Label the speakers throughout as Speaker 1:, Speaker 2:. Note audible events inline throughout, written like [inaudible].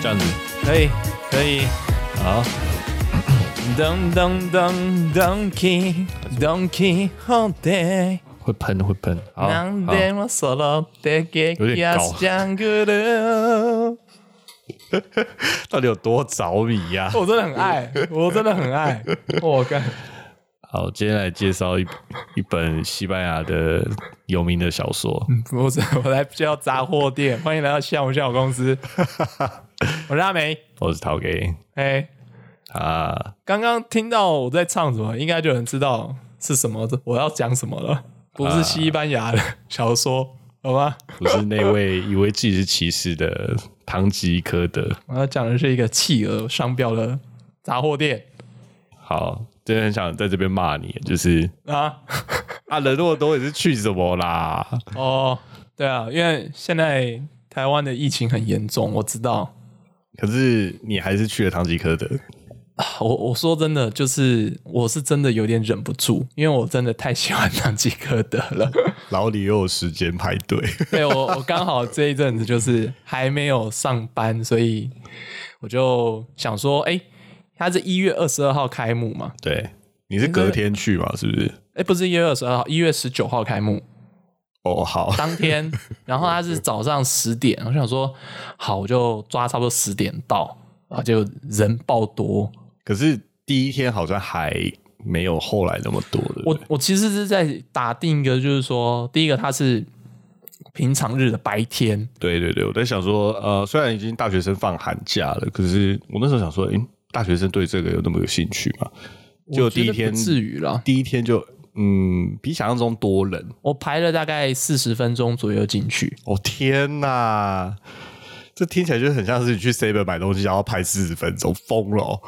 Speaker 1: 这样子
Speaker 2: 可以，可以。
Speaker 1: 好。
Speaker 2: 噔噔噔，Donkey Donkey Holiday。
Speaker 1: 会喷会喷，好，
Speaker 2: なん
Speaker 1: 好
Speaker 2: でも揃って激安ジャングル。
Speaker 1: 到底有多着迷啊呀、
Speaker 2: 我真的很爱，我真的很爱。我干，
Speaker 1: 好，接下来介绍一一本西班牙的有名的小 [laughs] 说，
Speaker 2: 我是我来叫杂货店，欢迎来到项目项目公司。我是阿梅，
Speaker 1: 我是陶给
Speaker 2: 哎、
Speaker 1: 啊，
Speaker 2: 刚刚听到我在唱什么，应该就能知道是什么，我要讲什么了。不是西班牙的小说，好吗？
Speaker 1: 不是那位以为自己是骑士的堂吉诃德。
Speaker 2: 我要讲的是一个企鹅商标的杂货店
Speaker 1: 好，真的很想在这边骂你，就是
Speaker 2: 啊。
Speaker 1: 啊，人那么多，你是去什么啦？
Speaker 2: 哦，对啊，因为现在台湾的疫情很严重，我知道。
Speaker 1: 可是你还是去了堂吉诃德，
Speaker 2: 啊我我说真的，就是我是真的有点忍不住，因为我真的太喜欢唐吉诃德了。
Speaker 1: 然后你又有时间排队，
Speaker 2: 对我，我刚好这一阵子就是还没有上班，所以我就想说，哎、它是一月二十二号开幕嘛？
Speaker 1: 对，你是隔天去嘛？是不是？
Speaker 2: 哎、不是一月二十二号，一月十九号开幕，
Speaker 1: 哦，好，
Speaker 2: 当天。然后它是早上十点，我想说，好，我就抓差不多十点到，啊，就人爆多。
Speaker 1: 可是第一天好像还没有后来那么多的。
Speaker 2: 我我其实是在打定一个，就是说，第一个它是平常日的白天，
Speaker 1: 对对对，我在想说，呃，虽然已经大学生放寒假了，可是我那时候想说，诶、大学生对这个有那么有兴趣吗？就
Speaker 2: 我觉
Speaker 1: 第一
Speaker 2: 得不
Speaker 1: 天，
Speaker 2: 至于啦。
Speaker 1: 第一天就，嗯，比想象中多人。
Speaker 2: 我排了大概四十分钟左右进去，
Speaker 1: 哦天哪，这听起来就很像是你去 Seven 买东西，然后排四十分钟，疯了哦、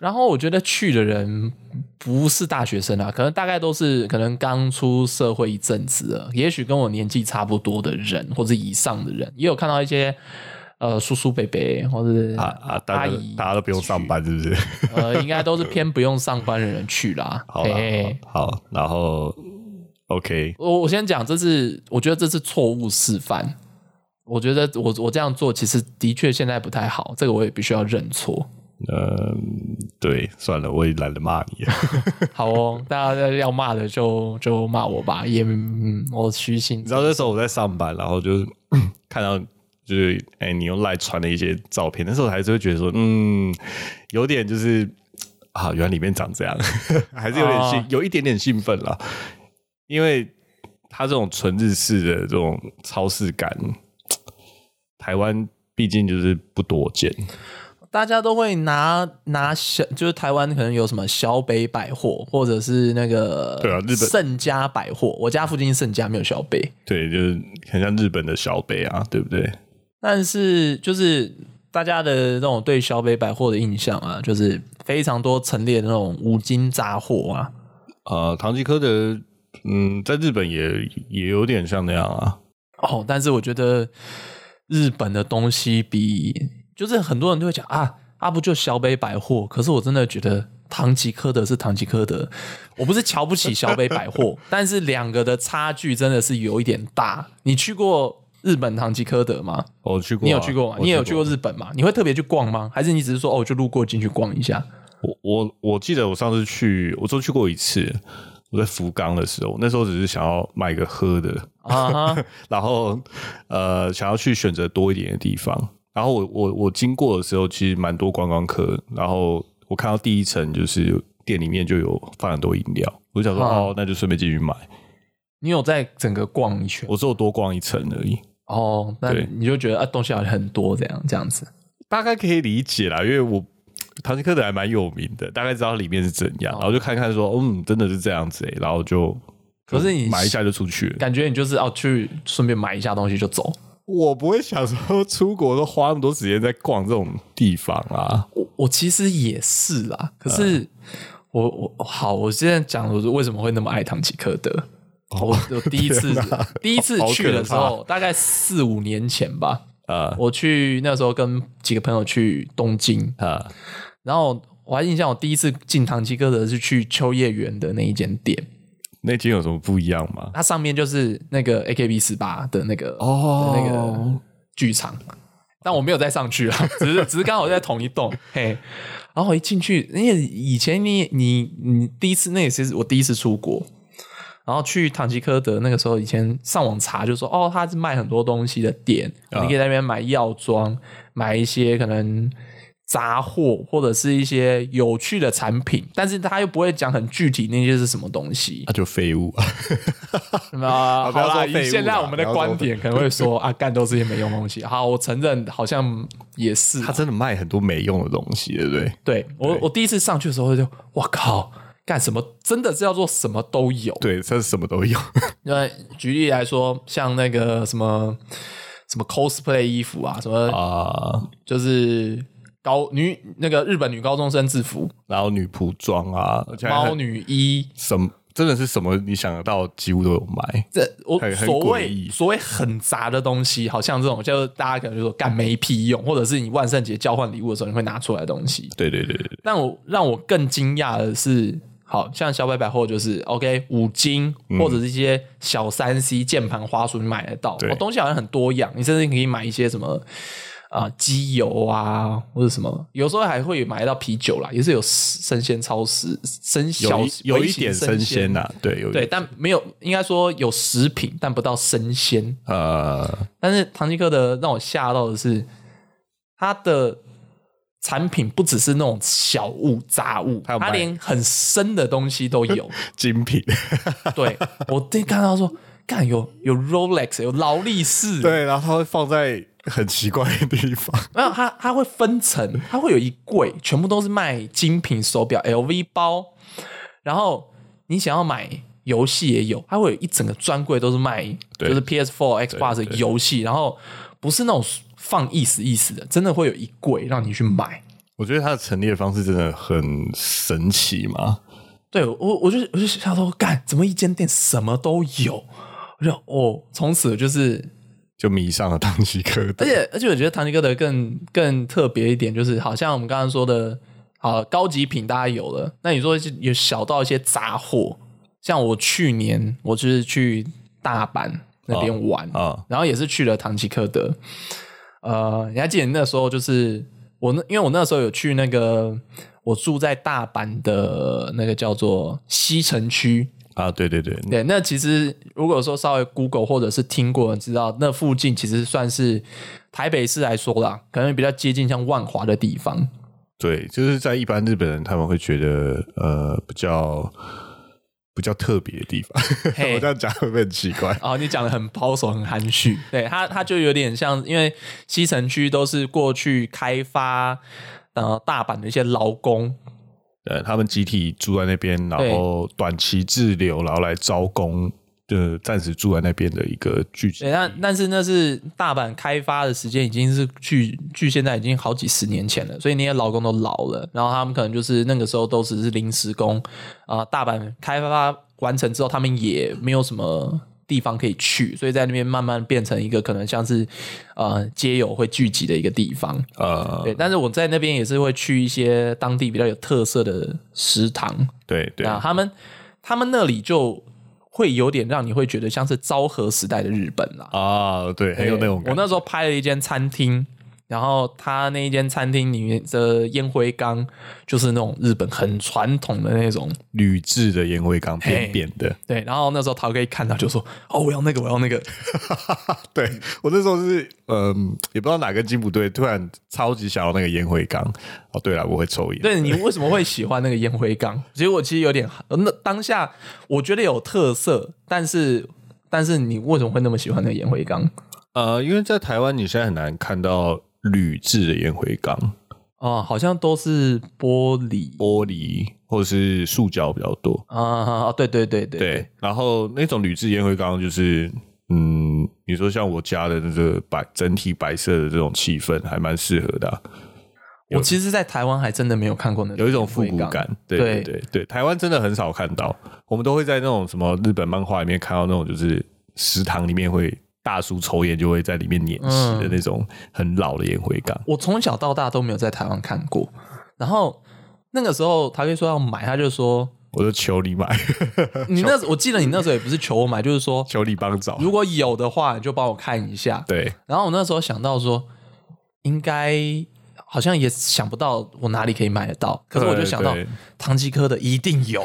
Speaker 2: 然后我觉得去的人不是大学生啊，可能大概都是可能刚出社会一阵子了，也许跟我年纪差不多的人或者以上的人，也有看到一些呃叔叔伯伯或者
Speaker 1: 啊啊！大
Speaker 2: 阿
Speaker 1: 家
Speaker 2: 姨
Speaker 1: 大家都不用上班，是不是？ [laughs]
Speaker 2: 呃，应该都是偏不用上班的人去啦。
Speaker 1: 好
Speaker 2: 嘿
Speaker 1: 啦
Speaker 2: 嘿
Speaker 1: 好，好然后 OK，
Speaker 2: 我我先讲，这是我觉得这是错误示范。我觉得我我这样做其实的确现在不太好，这个我也必须要认
Speaker 1: [laughs]
Speaker 2: 错。
Speaker 1: 嗯，对，算了，我也懒得骂你了。 [laughs]
Speaker 2: 好哦，大家要骂的就就骂我吧，也、嗯、我虚心
Speaker 1: 你知道那时候我在上班，然后就是 [coughs] 看到就是哎、你用赖传的一些照片，那时候还是会觉得说，嗯，有点就是啊，原来里面长这样， [laughs] 还是有点兴，
Speaker 2: 哦
Speaker 1: 有一点点兴奋啦，因为它这种纯日式的这种超市感，台湾毕竟就是不多见，
Speaker 2: 大家都会拿拿小，就是台湾可能有什么小北百货，或者是那个
Speaker 1: 对啊日本
Speaker 2: 盛家百货。我家附近盛家没有小北，
Speaker 1: 对，就是很像日本的小北啊，对不对？
Speaker 2: 但是就是大家的那种对小北百货的印象啊，就是非常多陈列的那种五金杂货啊。
Speaker 1: 呃，唐吉诃德，嗯，在日本也也有点像那样啊，
Speaker 2: 哦，但是我觉得日本的东西比就是很多人都会讲啊啊不就小北百货，可是我真的觉得唐吉诃德是唐吉诃德，我不是瞧不起小北百货， [laughs] 但是两个的差距真的是有一点大。你去过日本唐吉诃德吗？
Speaker 1: 我去过啊、
Speaker 2: 你有去过吗？
Speaker 1: 我
Speaker 2: 你也有去过日本吗？你会特别去逛吗？还是你只是说哦，我就路过进去逛一下？
Speaker 1: 我我我记得我上次去，我就去过一次。我在福冈的时候，那时候只是想要买个喝的，
Speaker 2: 啊哈，
Speaker 1: 然后呃想要去选择多一点的地方。然后我我我经过的时候，其实蛮多观光客。然后我看到第一层就是店里面就有放很多饮料，我就想说、
Speaker 2: 啊
Speaker 1: 哦，那就顺便进去买。
Speaker 2: 你有在整个逛一圈
Speaker 1: 我只有多逛一层而已，
Speaker 2: 哦，那
Speaker 1: 对
Speaker 2: 你就觉得啊东西好像很多这样这样子。
Speaker 1: 大概可以理解啦，因为我唐吉诃德还蛮有名的，大概知道里面是怎样，
Speaker 2: 哦
Speaker 1: 然后就看看说，嗯，真的是这样子、欸，然后就
Speaker 2: 可是你
Speaker 1: 买一下就出去了。
Speaker 2: 感觉你就是哦，去顺便买一下东西就走。
Speaker 1: 我不会想说出国都花那么多时间在逛这种地方啊。
Speaker 2: 我我其实也是啦，可是、
Speaker 1: 嗯
Speaker 2: 我我好，我现在讲我为什么会那么爱唐吉诃德。我我第一次
Speaker 1: 哦天哪
Speaker 2: 第一次
Speaker 1: 好
Speaker 2: 去的时
Speaker 1: 好
Speaker 2: 候，大概四五年前吧。
Speaker 1: 呃
Speaker 2: 我去那时候跟几个朋友去东京，
Speaker 1: 呃，
Speaker 2: 然后我还印象，我第一次进唐吉诃德是去秋叶原的那一间店，
Speaker 1: 那间有什么不一样吗？
Speaker 2: 它上面就是那个 AKB 四八的那个
Speaker 1: 哦
Speaker 2: 的那个剧场，但我没有再上去了， [laughs] 只是只是刚好在同一栋，嘿。然后我一进去，因为以前你你你第一次那也是我第一次出国，然后去唐吉诃德那个时候，以前上网查就说哦，他是卖很多东西的店，
Speaker 1: 啊
Speaker 2: 你可以在那边买药妆，买一些可能杂货或者是一些有趣的产品，但是他又不会讲很具体那些是什么东西
Speaker 1: 那。就废物啊！
Speaker 2: 那么，
Speaker 1: 不要
Speaker 2: 啊好
Speaker 1: 拉
Speaker 2: 说
Speaker 1: 废物
Speaker 2: 现在
Speaker 1: 啦
Speaker 2: 我们的
Speaker 1: 不要说
Speaker 2: 观点可能会说啊，干都是些没用的东西。好，我承认好像也是啊，
Speaker 1: [laughs] 他真的卖很多没用的东西，对不对？
Speaker 2: 对我
Speaker 1: 对
Speaker 2: 我第一次上去的时候就哇靠，干什么真的是叫做什么都有。
Speaker 1: 对，他什么
Speaker 2: [laughs]
Speaker 1: 都有。
Speaker 2: 那举例来说，像那个什么什么 cosplay 衣服啊，什么
Speaker 1: 啊，
Speaker 2: 就是高女那个日本女高中生制服、
Speaker 1: 然后女仆装啊，而且还很
Speaker 2: 猫女衣，
Speaker 1: 什么真的是什么你想得到几乎都有卖。
Speaker 2: 这我
Speaker 1: 很很
Speaker 2: 所
Speaker 1: 诡
Speaker 2: 谓
Speaker 1: 异
Speaker 2: 所谓很杂的东西，好像这种就是大家可能就说干没屁用，或者是你万圣节交换礼物的时候你会拿出来的东西。
Speaker 1: 对对对对，
Speaker 2: 让我让我更惊讶的是，好像小百百货就是 OK 五金
Speaker 1: 嗯
Speaker 2: 或者是一些小三 C 键盘、花束你买得到，
Speaker 1: 对
Speaker 2: 哦东西好像很多样，你甚至可以买一些什么。啊，机油啊，或者什么，有时候还会买到啤酒啦，也是有生鲜超市、生小
Speaker 1: 有一有
Speaker 2: 微
Speaker 1: 一
Speaker 2: 型
Speaker 1: 点
Speaker 2: 生
Speaker 1: 生鲜呐、对，有一
Speaker 2: 对，但没有，应该说有食品，但不到生鲜。
Speaker 1: 呃，
Speaker 2: 但是唐吉诃德让我吓到的是，它的产品不只是那种小物杂物，
Speaker 1: 它有卖
Speaker 2: 它连很深的东西都有。
Speaker 1: 精品，
Speaker 2: 对我第一看到说，干有有 Rolex，有劳力
Speaker 1: [laughs]
Speaker 2: 士，，
Speaker 1: 对，然后它会放在很奇怪的地方，
Speaker 2: 没有它它会分层，它会有一柜，全部都是卖精品手表、LV 包，然后你想要买。游戏也有，它会有一整个专柜都是卖，
Speaker 1: 对
Speaker 2: 就是 PS4、Xbox
Speaker 1: 对
Speaker 2: 的
Speaker 1: 对
Speaker 2: 游戏，然后不是那种放意思意思的，真的会有一柜让你去买。
Speaker 1: [laughs] 我觉得它的陈列的方式真的很神奇嘛。
Speaker 2: 对我，我就我就想说，干，怎么一间店什么都有？我就哦，从此就是，
Speaker 1: 就迷上了唐吉诃
Speaker 2: 而
Speaker 1: 德，
Speaker 2: 且而且，我觉得唐吉诃德更更特别一点，就是好像我们刚刚说的，好高级品大家有了，那你说是有小到一些杂货，像我去年我就是去大阪那边玩，
Speaker 1: [laughs] 啊，
Speaker 2: 然后也是去了唐吉诃德。呃，你还记得那时候就是我那，因为我那时候有去那个，我住在大阪的那个叫做西城区。
Speaker 1: 啊，对对对，
Speaker 2: 对，那其实如果说稍微 Google 或者是听过的知道，那附近其实算是台北市来说啦，可能比较接近像万华的地 [laughs] 方。
Speaker 1: 对，就是在一般日本人他们会觉得呃比较比较特别的地方， [laughs]
Speaker 2: 嘿
Speaker 1: 我这样讲会不会很奇
Speaker 2: [laughs]
Speaker 1: 怪？
Speaker 2: 哦，你讲的很保守，很含蓄。对它，它就有点像，因为西城区都是过去开发呃大阪的一些劳工，
Speaker 1: 呃，他们集体住在那边，然后短期滞留，然后来招工，就是暂时住在那边的一个聚集
Speaker 2: 对，。但但是那是大阪开发的时间已经是距距现在已经好几十年前了，所以那些劳工都老了，然后他们可能就是那个时候都只是临时工啊、大阪开发完成之后，他们也没有什么地方可以去，所以在那边慢慢变成一个可能像是呃街友会聚集的一个地方。
Speaker 1: 呃，
Speaker 2: 对，但是我在那边也是会去一些当地比较有特色的食堂，
Speaker 1: 对对
Speaker 2: 那他们他们那里就会有点让你会觉得像是昭和时代的日本啦。
Speaker 1: 啊，对，很有那种
Speaker 2: 我
Speaker 1: 感觉。
Speaker 2: 那时候拍了一间餐厅，然后他那一间餐厅里面的烟灰缸就是那种日本很传统的那种，
Speaker 1: 铝制的烟灰缸，扁扁的。
Speaker 2: 对。然后那时候陶哥一看到就说：“哦，我要那个，我要那个。 [laughs]
Speaker 1: [laughs] 对我那时候是，嗯，也不知道哪根筋不对，突然超级想要那个烟灰缸。哦，对了，我会抽烟。
Speaker 2: 对”你为什么会喜欢那个烟灰缸？结果其实有点，呃那当下我觉得有特色，但是但是你为什么会那么喜欢那个烟灰缸？
Speaker 1: 呃，因为在台湾你现在很难看到铝制的烟灰缸，
Speaker 2: 哦，好像都是玻璃
Speaker 1: 玻璃或是塑胶比较多。
Speaker 2: 啊，对对对对
Speaker 1: 对，然后那种铝制烟灰缸就是，嗯，你说像我家的那个白整体白色的这种气氛，还蛮适合的啊、
Speaker 2: 我其实，在台湾还真的没有看过那种
Speaker 1: 有一种复
Speaker 2: 烟
Speaker 1: 古
Speaker 2: 灰缸
Speaker 1: 感。对对对对，台湾真的很少看到，我们都会在那种什么日本漫画里面看到那种，就是食堂里面会大叔抽烟就会在里面碾食的那种很老的烟灰缸。
Speaker 2: 我从小到大都没有在台湾看过。然后那个时候，他就说要买，他就
Speaker 1: [laughs]
Speaker 2: 说
Speaker 1: 我就求你买， [laughs]
Speaker 2: 你那我记得你那时候也不是求我买，就是说
Speaker 1: 求你帮找。
Speaker 2: 如果有的话，你就帮我看一下。
Speaker 1: 对，
Speaker 2: 然后我那时候想到说，应该好像也想不到我哪里可以买得到，可是我就想到
Speaker 1: 对对
Speaker 2: 唐吉诃德一定
Speaker 1: [laughs]
Speaker 2: 有，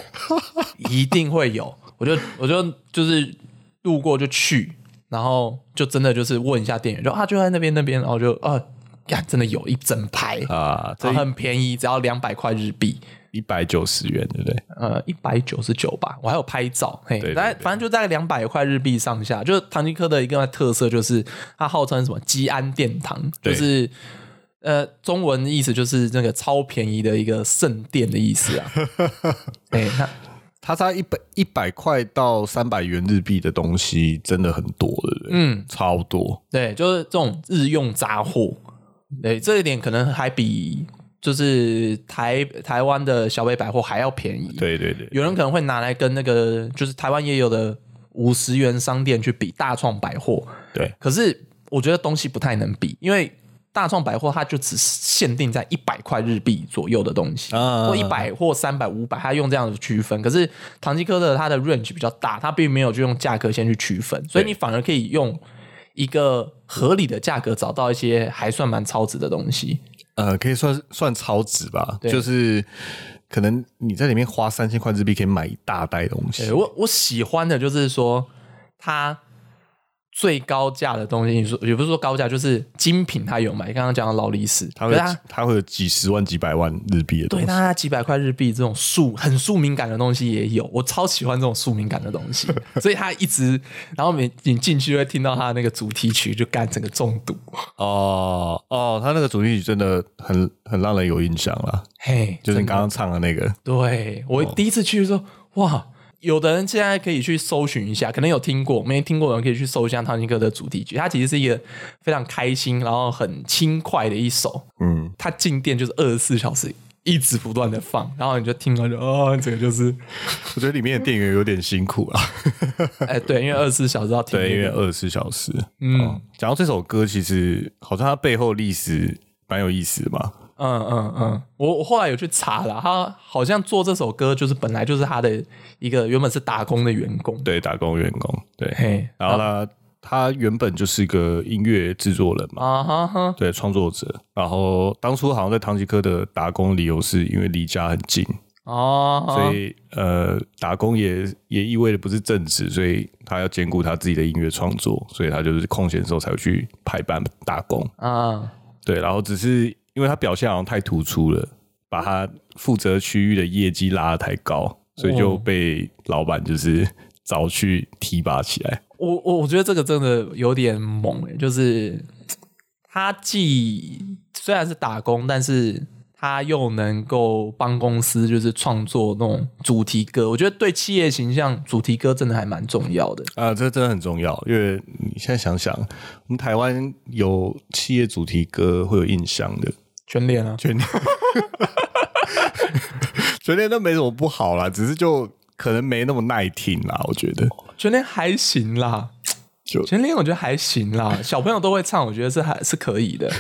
Speaker 2: 一定会有，我就我就就是路过就去，然后就真的就是问一下店员，就啊就在那边那边，然后就啊呀真的有一整排，
Speaker 1: 啊，这
Speaker 2: 然后很便宜，只要两百块日币，
Speaker 1: 一百九十元，对不对？
Speaker 2: 呃一百九十九吧，我还有拍照，嘿
Speaker 1: 对，对
Speaker 2: 大概
Speaker 1: 对
Speaker 2: 反正就大概两百块日币上下。就是唐吉诃德一个特色就是它号称什么吉安殿堂，就
Speaker 1: 对
Speaker 2: 是呃中文意思就是那个超便宜的一个圣殿的意思
Speaker 1: [laughs]
Speaker 2: 啊。哎、那
Speaker 1: 它差一百一百块到三百元日币的东西真的很多，对不对？
Speaker 2: 嗯，
Speaker 1: 超多。
Speaker 2: 对，就是这种日用杂货，对这一点可能还比就是台台湾的小北百货还要便宜。
Speaker 1: 对对对，
Speaker 2: 有人可能会拿来跟那个就是台湾也有的五十元商店去比大创百货，
Speaker 1: 对
Speaker 2: 可是我觉得东西不太能比，因为大创百货它就只限定在一百块日币左右的东西，
Speaker 1: 啊
Speaker 2: 或一百或三百、五百，它用这样子区分。可是唐吉诃德它的 range 比较大，它并没有就用价格先去区分，所以你反而可以用一个合理的价格找到一些还算蛮超值的东西。
Speaker 1: 呃，可以算算超值吧，
Speaker 2: 对
Speaker 1: 就是可能你在里面花三千块日币可以买一大袋东西
Speaker 2: 对。我我喜欢的就是说，它最高价的东西，你说也不是说高价，就是精品它有买。刚刚讲到劳力士，
Speaker 1: 它
Speaker 2: 可
Speaker 1: 会
Speaker 2: 是它
Speaker 1: 它会有几十万、几百万日币的东
Speaker 2: 啊对，啊
Speaker 1: 西，
Speaker 2: 但它几百块日币这种素很素敏感的东西也有，我超喜欢这种素敏感的东
Speaker 1: [laughs]
Speaker 2: 西，所以它一直，然后你你进去会听到它那个主题曲，就干整个中毒。
Speaker 1: 哦哦，他那个主题曲真的很很让人有印象啦，
Speaker 2: 嘿，
Speaker 1: 就是你
Speaker 2: 真的
Speaker 1: 刚刚唱的那个，
Speaker 2: 对我
Speaker 1: 哦
Speaker 2: 第一次去的时候，哇，有的人现在可以去搜寻一下，可能有听过，没听过的人可以去搜一下汤吉诃的主题曲，它其实是一个非常开心，然后很轻快的一首，
Speaker 1: 嗯，
Speaker 2: 它进店就是二十四小时。一直不断的放，然后你就听了就哦，这
Speaker 1: [laughs]
Speaker 2: 个就是，
Speaker 1: 我觉得里面的店员有点辛苦啊，
Speaker 2: 哎，对，因为二十四小时要听那个，
Speaker 1: [laughs] 对，因为二十四小时，
Speaker 2: 嗯
Speaker 1: 嗯，讲到这首歌，其实好像它背后历史蛮有意思的嘛，
Speaker 2: 嗯嗯嗯，我我后来有去查了，他好像做这首歌就是本来就是他的一个原本是打工的员工，
Speaker 1: 对，打工员工，对，
Speaker 2: 嘿，
Speaker 1: 然后他他原本就是个音乐制作人嘛，
Speaker 2: 啊哈哈，
Speaker 1: 对，创作者，然后当初好像在唐吉诃德打工，理由是因为离家很近，
Speaker 2: 哦，
Speaker 1: 所以呃，打工也也意味着不是正职，所以他要兼顾他自己的音乐创作，所以他就是空闲的时候才会去排班打工。
Speaker 2: 啊，
Speaker 1: 对，然后只是因为他表现好像太突出了，把他负责区域的业绩拉得太高，所以就
Speaker 2: 哦
Speaker 1: 被老板就是 [laughs] 找去提拔起来。
Speaker 2: 我我我觉得这个真的有点猛诶、就是他既虽然是打工，但是他又能够帮公司就是创作那种主题歌，我觉得对企业形象主题歌真的还蛮重要的，
Speaker 1: 啊，这真的很重要，因为你现在想想，我们台湾有企业主题歌会有印象的，
Speaker 2: 全脸啊，
Speaker 1: 全年全年都没什么不好啦，只是就可能没那么耐听啦，我觉得。
Speaker 2: 全脸还行啦，
Speaker 1: 就
Speaker 2: 全脸我觉得还行啦，小朋友都会唱，我觉得是还是可以 [laughs] 的。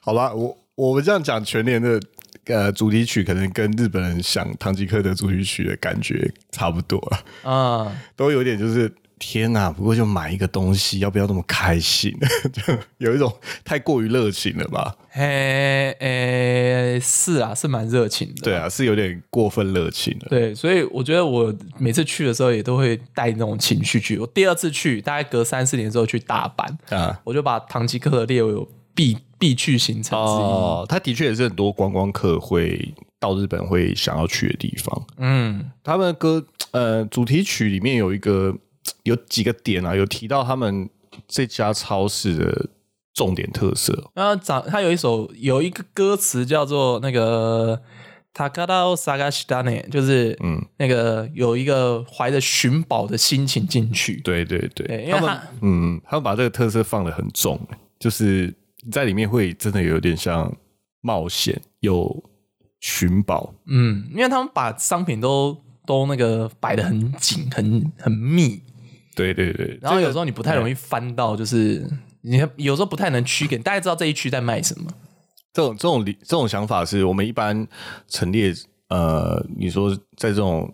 Speaker 1: 好吧，我我们这样讲全年的呃主题曲，可能跟日本人想唐吉诃德主题曲的感觉差不多了，
Speaker 2: 嗯，
Speaker 1: 都有点就是。天呐、不过就买一个东西，要不要那么开心？ [laughs] 就有一种太过于热情了吧？
Speaker 2: 诶诶，是啊，是蛮热情的。
Speaker 1: 对啊，是有点过分热情了。
Speaker 2: 对，所以我觉得我每次去的时候也都会带那种情绪去。我第二次去，大概隔三四年之后去大阪，
Speaker 1: 啊。
Speaker 2: 我就把唐吉诃德列为我必必去行程之一。
Speaker 1: 哦，它的确也是很多观光客会到日本会想要去的地方。
Speaker 2: 嗯，
Speaker 1: 他们的歌呃主题曲里面有一个有几个点啊，有提到他们这家超市的重点特色。
Speaker 2: 然后长他有一首有一个歌词叫做那个。塔卡达萨嘎西达内，就是嗯，那个有一个怀着寻宝的心情进去，
Speaker 1: 对对对，
Speaker 2: 对因为
Speaker 1: 他
Speaker 2: 它
Speaker 1: 们嗯，他们把这个特色放得很重，就是在里面会真的有点像冒险，有寻宝，
Speaker 2: 嗯，因为他们把商品都都那个摆的很紧、很很密，
Speaker 1: 对对对，
Speaker 2: 然后有时候你不太容易翻到，就是你有时候不太能区给，大概知道这一区在卖什么。
Speaker 1: 这种这种理这种想法是我们一般陈列呃，你说在这种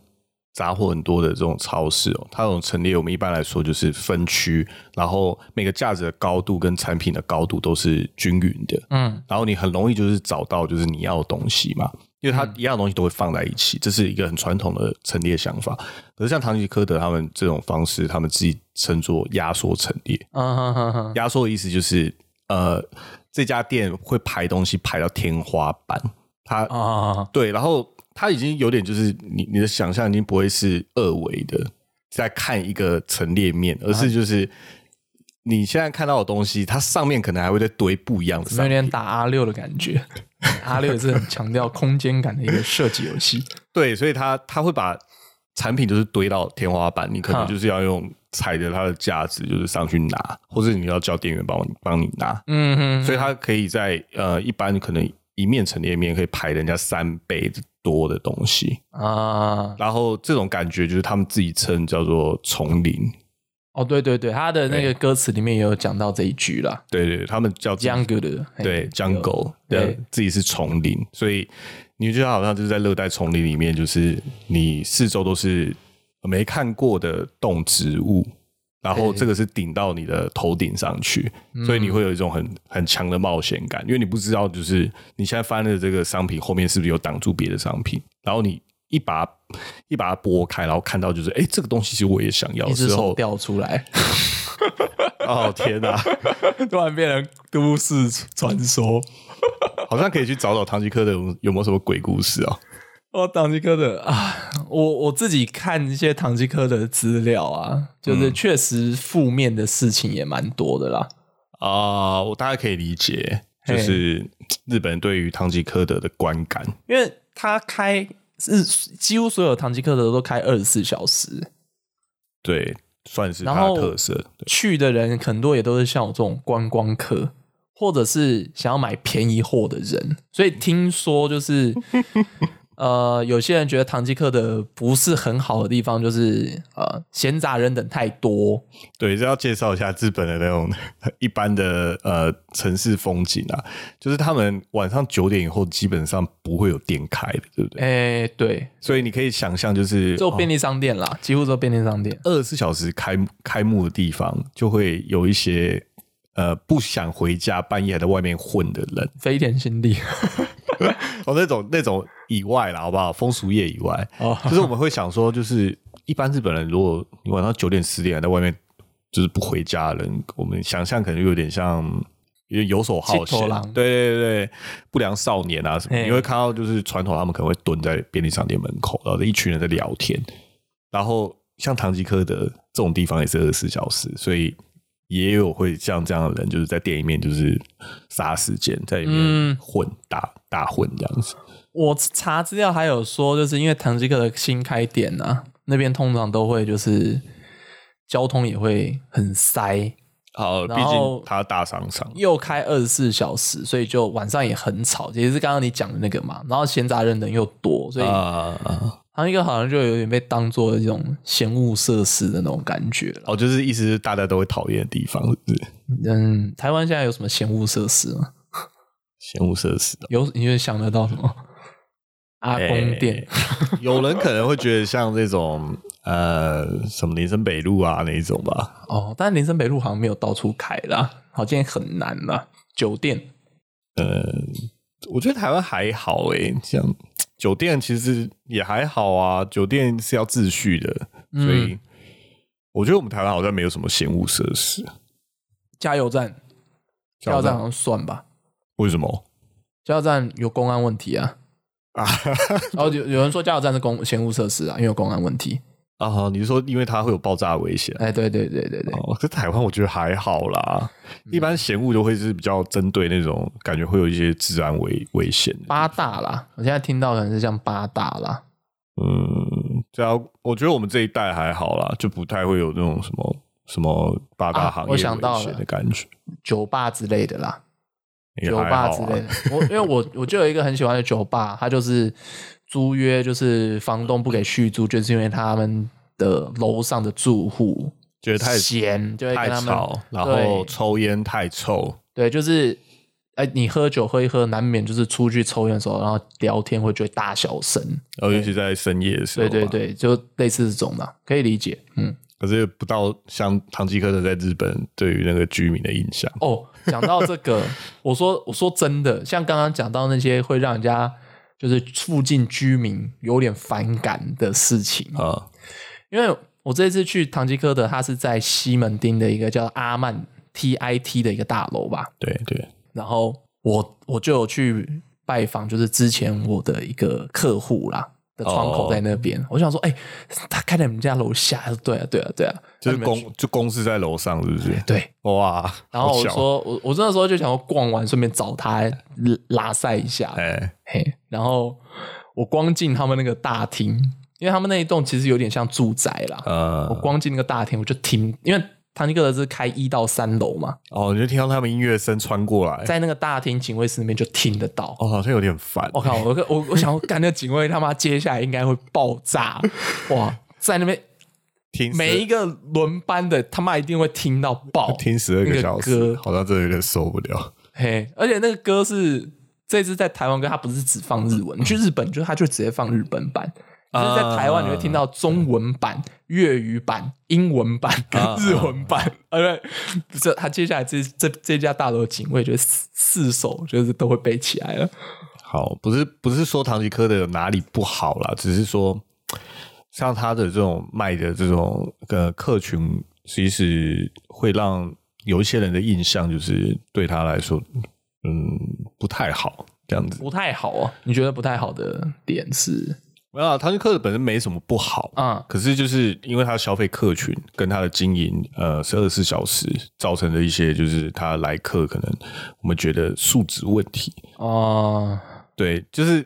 Speaker 1: 杂货很多的这种超市哦，它这种陈列我们一般来说就是分区，然后每个架子的高度跟产品的高度都是均匀的，
Speaker 2: 嗯，
Speaker 1: 然后你很容易就是找到就是你要的东西嘛，因为它一样的东西都会放在一起，这是一个很传统的陈列想法。可是像唐吉诃德他们这种方式，他们自己称作压缩陈列。
Speaker 2: 嗯哼哼哼，
Speaker 1: 压缩的意思就是，呃，这家店会排东西排到天花板，它
Speaker 2: 啊啊，啊
Speaker 1: 对，然后它已经有点就是你你的想象已经不会是二维的在看一个陈列面，
Speaker 2: 啊
Speaker 1: 而是就是。你现在看到的东西，它上面可能还会再堆不一样的
Speaker 2: 怎么
Speaker 1: 商
Speaker 2: 有
Speaker 1: 品，
Speaker 2: 点打阿六的感 [laughs] 觉？阿六也是很强调空间感的一个设计游戏。
Speaker 1: 对，所以它它会把产品就是堆到天花板，你可能
Speaker 2: 哈
Speaker 1: 就是要用踩着它的架子就是上去拿，或者你要叫店员帮你帮你拿，
Speaker 2: 嗯哼，
Speaker 1: 所以它可以在呃一般可能一面陈列面可以排人家三倍多的东西，
Speaker 2: 啊，
Speaker 1: 然后这种感觉就是他们自己称叫做丛林，
Speaker 2: 哦，对对对，他的那个歌词里面也有讲到这一句啦
Speaker 1: 对对，对他们叫自己
Speaker 2: ，Jungle 的，嘿
Speaker 1: 对 jungle 对
Speaker 2: 对
Speaker 1: 自己是丛林，所以你觉得好像就是在热带丛林里面，就是你四周都是呃没看过的动植物。然后
Speaker 2: 对嗯
Speaker 1: 这个是顶到你的头顶上去，所以你会有一种很很强的冒险感，因为你不知道就是你现在翻的这个商品后面是不是有挡住别的商品，然后你一把一把它拨开，然后看到就是哎这个东西其实我也想要
Speaker 2: 一
Speaker 1: 的时
Speaker 2: 只手
Speaker 1: 候，
Speaker 2: 掉出来， [laughs]
Speaker 1: 哦天哪，
Speaker 2: 突然变成都市传说。
Speaker 1: 好像可以去找找唐吉诃德有有没有什么鬼故事啊？
Speaker 2: 哦，唐吉诃德啊，我我自己看一些唐吉诃德的资料啊，就是确实负面的事情也蛮多的啦。
Speaker 1: 啊、我大概可以理解，
Speaker 2: 嘿
Speaker 1: 就是日本人对于唐吉诃德的观感。
Speaker 2: 因为他开是几乎所有唐吉诃德都开二十四小时，
Speaker 1: 对，算是
Speaker 2: 然
Speaker 1: 它的
Speaker 2: 后
Speaker 1: 特色。对
Speaker 2: 去的人很多也都是像我这种观光客，或者是想要买便宜货的人，所以听说就是。呃，有些人觉得唐吉诃德不是很好的地方，就是呃，闲杂人等太多，
Speaker 1: 对，这要介绍一下日本的那种 [laughs] 一般的呃城市风景啊，就是他们晚上九点以后基本上不会有店开的，对不对？
Speaker 2: 哎、对，
Speaker 1: 所以你可以想象，就是
Speaker 2: 就便利商店啦，几乎都便利商店。
Speaker 1: 二十四小时开开幕的地方，就会有一些呃不想回家，半夜还在外面混的人。
Speaker 2: 飞田新地
Speaker 1: 哦，那种那种以外啦，好不好？风俗业以外，
Speaker 2: 哦 [laughs]
Speaker 1: 就是我们会想说，就是一般日本人，如果你晚上九点十点还在外面，就是不回家的人，我们想象可能有点像有点游手好
Speaker 2: 七头
Speaker 1: 闲
Speaker 2: 狼，
Speaker 1: 对对对，不良少年啊什么，
Speaker 2: 嘿
Speaker 1: 你会看到就是传统他们可能会蹲在便利商店门口，然后一群人在聊天，然后像唐吉诃德这种地方也是二十四小时，所以。也有会像这样的人，就是在店里面就是杀时间，在里面
Speaker 2: 嗯
Speaker 1: 混、打打混这样子。
Speaker 2: 我查资料还有说，就是因为唐吉诃德新开店啊，那边通常都会就是交通也会很塞，
Speaker 1: 好，毕
Speaker 2: 然后
Speaker 1: 竟他大商场，
Speaker 2: 又开二十四小时，所以就晚上也很吵，也是刚刚你讲的那个嘛。然后闲杂人等又多，所以
Speaker 1: 啊、
Speaker 2: 唐吉诃德好像就有点被当做一种嫌恶设施的那种感觉了。
Speaker 1: 哦，就是意思是大家都会讨厌的地方，是不是？
Speaker 2: 嗯，台湾现在有什么嫌恶设施吗？
Speaker 1: 嫌恶设施的，
Speaker 2: 有，你就想得到什么？阿公店、
Speaker 1: 有人可能会觉得像这种呃什么林森北路啊那一种吧，
Speaker 2: 哦，但林森北路好像没有到处开啦，好像很难啦。酒店
Speaker 1: 呃我觉得台湾还好诶、像酒店其实也还好啊，酒店是要秩序的，嗯所以。我觉得我们台湾好像没有什么嫌恶设施，
Speaker 2: 加油站，加油
Speaker 1: 这
Speaker 2: 站好
Speaker 1: 样
Speaker 2: 像算吧。
Speaker 1: 为什么
Speaker 2: 加油站有公安问题啊！
Speaker 1: 啊？
Speaker 2: 然后有有人说加油站是公嫌恶设施啊，因为有公安问题。
Speaker 1: 啊，你是说因为它会有爆炸危险？
Speaker 2: 哎，对对对对嗯对，
Speaker 1: 哦，在台湾我觉得还好啦，一般嫌恶就会是比较针对那种感觉会有一些治安危危险的。
Speaker 2: 八大啦，我现在听到可能是像八大啦。
Speaker 1: 嗯，这样我觉得我们这一代还好啦，就不太会有那种什么什么八大
Speaker 2: 啊
Speaker 1: 行业
Speaker 2: 我想到
Speaker 1: 危险
Speaker 2: 了
Speaker 1: 的感觉，
Speaker 2: 酒吧之类的啦，
Speaker 1: 也
Speaker 2: 酒
Speaker 1: 还
Speaker 2: 吧
Speaker 1: 好
Speaker 2: 之
Speaker 1: 啊
Speaker 2: 类的。我因为我我就有一个很喜欢的酒吧，它就是租约，就是房东不给续租，就是因为他们的楼上的住户
Speaker 1: 觉得太
Speaker 2: 闲，就会
Speaker 1: 太
Speaker 2: 跟他们
Speaker 1: 吵，然
Speaker 2: 对
Speaker 1: 后抽烟太臭，
Speaker 2: 对，就是哎，你喝酒喝一喝，难免就是出去抽烟的时候，然后聊天会觉得大小声。
Speaker 1: 然呃后尤其在深夜的时候，
Speaker 2: 对对，对，就类似这种的，可以理解。嗯，
Speaker 1: 可是不到像唐吉诃德在日本对于那个居民的影响。
Speaker 2: 哦，讲到这个，我说我说真的，像刚刚讲到那些会让人家就是附近居民有点反感的事情，
Speaker 1: 啊，
Speaker 2: 因为我这次去唐吉诃德，它是在西门町的一个叫阿曼 T I T 的一个大楼吧，
Speaker 1: 对对，
Speaker 2: 然后我我就有去拜访，就是之前我的一个客户啦的窗
Speaker 1: 哦
Speaker 2: 口在那边，我想说，哎、他开在我们家楼下，对啊，对啊，对啊，
Speaker 1: 就是
Speaker 2: 那你们去
Speaker 1: 公就公司在楼上，是不
Speaker 2: [laughs]
Speaker 1: 是？
Speaker 2: 对。
Speaker 1: 哇，
Speaker 2: 然后
Speaker 1: 好
Speaker 2: 我
Speaker 1: 巧，
Speaker 2: 说，我我那时候就想要逛完，顺便找他拉塞一下，
Speaker 1: 哎，
Speaker 2: 嘿。然后我光进他们那个大厅，因为他们那一栋其实有点像住宅啦。我
Speaker 1: 呃，
Speaker 2: 光进那个大厅，我就听，因为唐吉诃德是开一到三楼嘛，
Speaker 1: 哦，你就听到他们音乐声穿过来，
Speaker 2: 在那个大厅警卫室那边就听得到。
Speaker 1: 哦，好像有点烦。
Speaker 2: 我靠！我我我想要干那警卫他妈接下来应该会爆
Speaker 1: [laughs]
Speaker 2: 炸！哇，在那边
Speaker 1: 听
Speaker 2: 每一
Speaker 1: 一
Speaker 2: 个轮班的他妈一定会听到爆，
Speaker 1: 听十二
Speaker 2: 那
Speaker 1: 个
Speaker 2: 个
Speaker 1: 小时，
Speaker 2: 歌
Speaker 1: 好像真的有点受不了。
Speaker 2: 嘿，而且那个歌是这次在台湾歌，它不是只放日文，你去日本就它就直接放日本版。
Speaker 1: 啊
Speaker 2: 就是在台湾你会听到中文版、粤语版、英文版跟
Speaker 1: 啊
Speaker 2: 日文版，啊对，这他接下来这这这家大楼的警卫就是四四首就是都会背起来了。
Speaker 1: 好，不是不是说唐吉诃德有哪里不好啦，只是说像他的这种卖的这种呃客群，其实会让有一些人的印象就是对他来说，嗯，不太好这样子。
Speaker 2: 不太好啊，你觉得不太好的点是
Speaker 1: 没有啊，唐吉诃德本身没什么不好
Speaker 2: 啊、
Speaker 1: 可是就是因为他的消费客群跟他的经营，呃，是二十四小时造成的一些，就是他来客可能我们觉得素质问题。
Speaker 2: 哦、
Speaker 1: 对，就是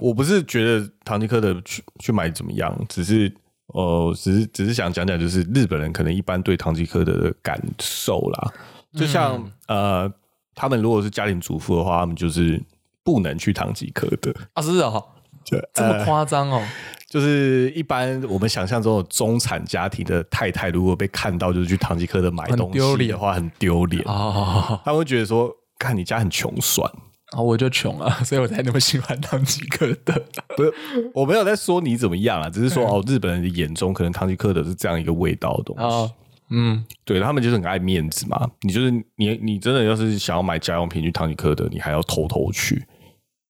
Speaker 1: 我不是觉得唐吉诃德去去买怎么样，只是呃，只是只是想讲讲，就是日本人可能一般对唐吉诃德的感受啦。就像、呃，他们如果是家庭主妇的话，他们就是不能去唐吉诃德。
Speaker 2: 啊，是哦，
Speaker 1: 就
Speaker 2: 这么夸张哦，
Speaker 1: 就是一般我们想象中的中产家庭的太太，如果被看到就是去唐吉诃德买
Speaker 2: 很
Speaker 1: 东
Speaker 2: 丢
Speaker 1: 西的
Speaker 2: 脸
Speaker 1: 话，很丢脸。
Speaker 2: 哦，
Speaker 1: 他们会觉得说，看你家很穷酸。
Speaker 2: 啊，我就
Speaker 1: [laughs]
Speaker 2: 穷啊，所以我才那么喜欢唐吉诃德。
Speaker 1: 不是，我没有在说你怎么样啊，只是说哦，日本人的眼中可能唐吉诃德是这样一个味道的东西。
Speaker 2: [laughs] 哦，嗯，
Speaker 1: 对他们就是很爱面子嘛。你就是你，你真的要是想要买家用品去唐吉诃德，你还要偷偷去，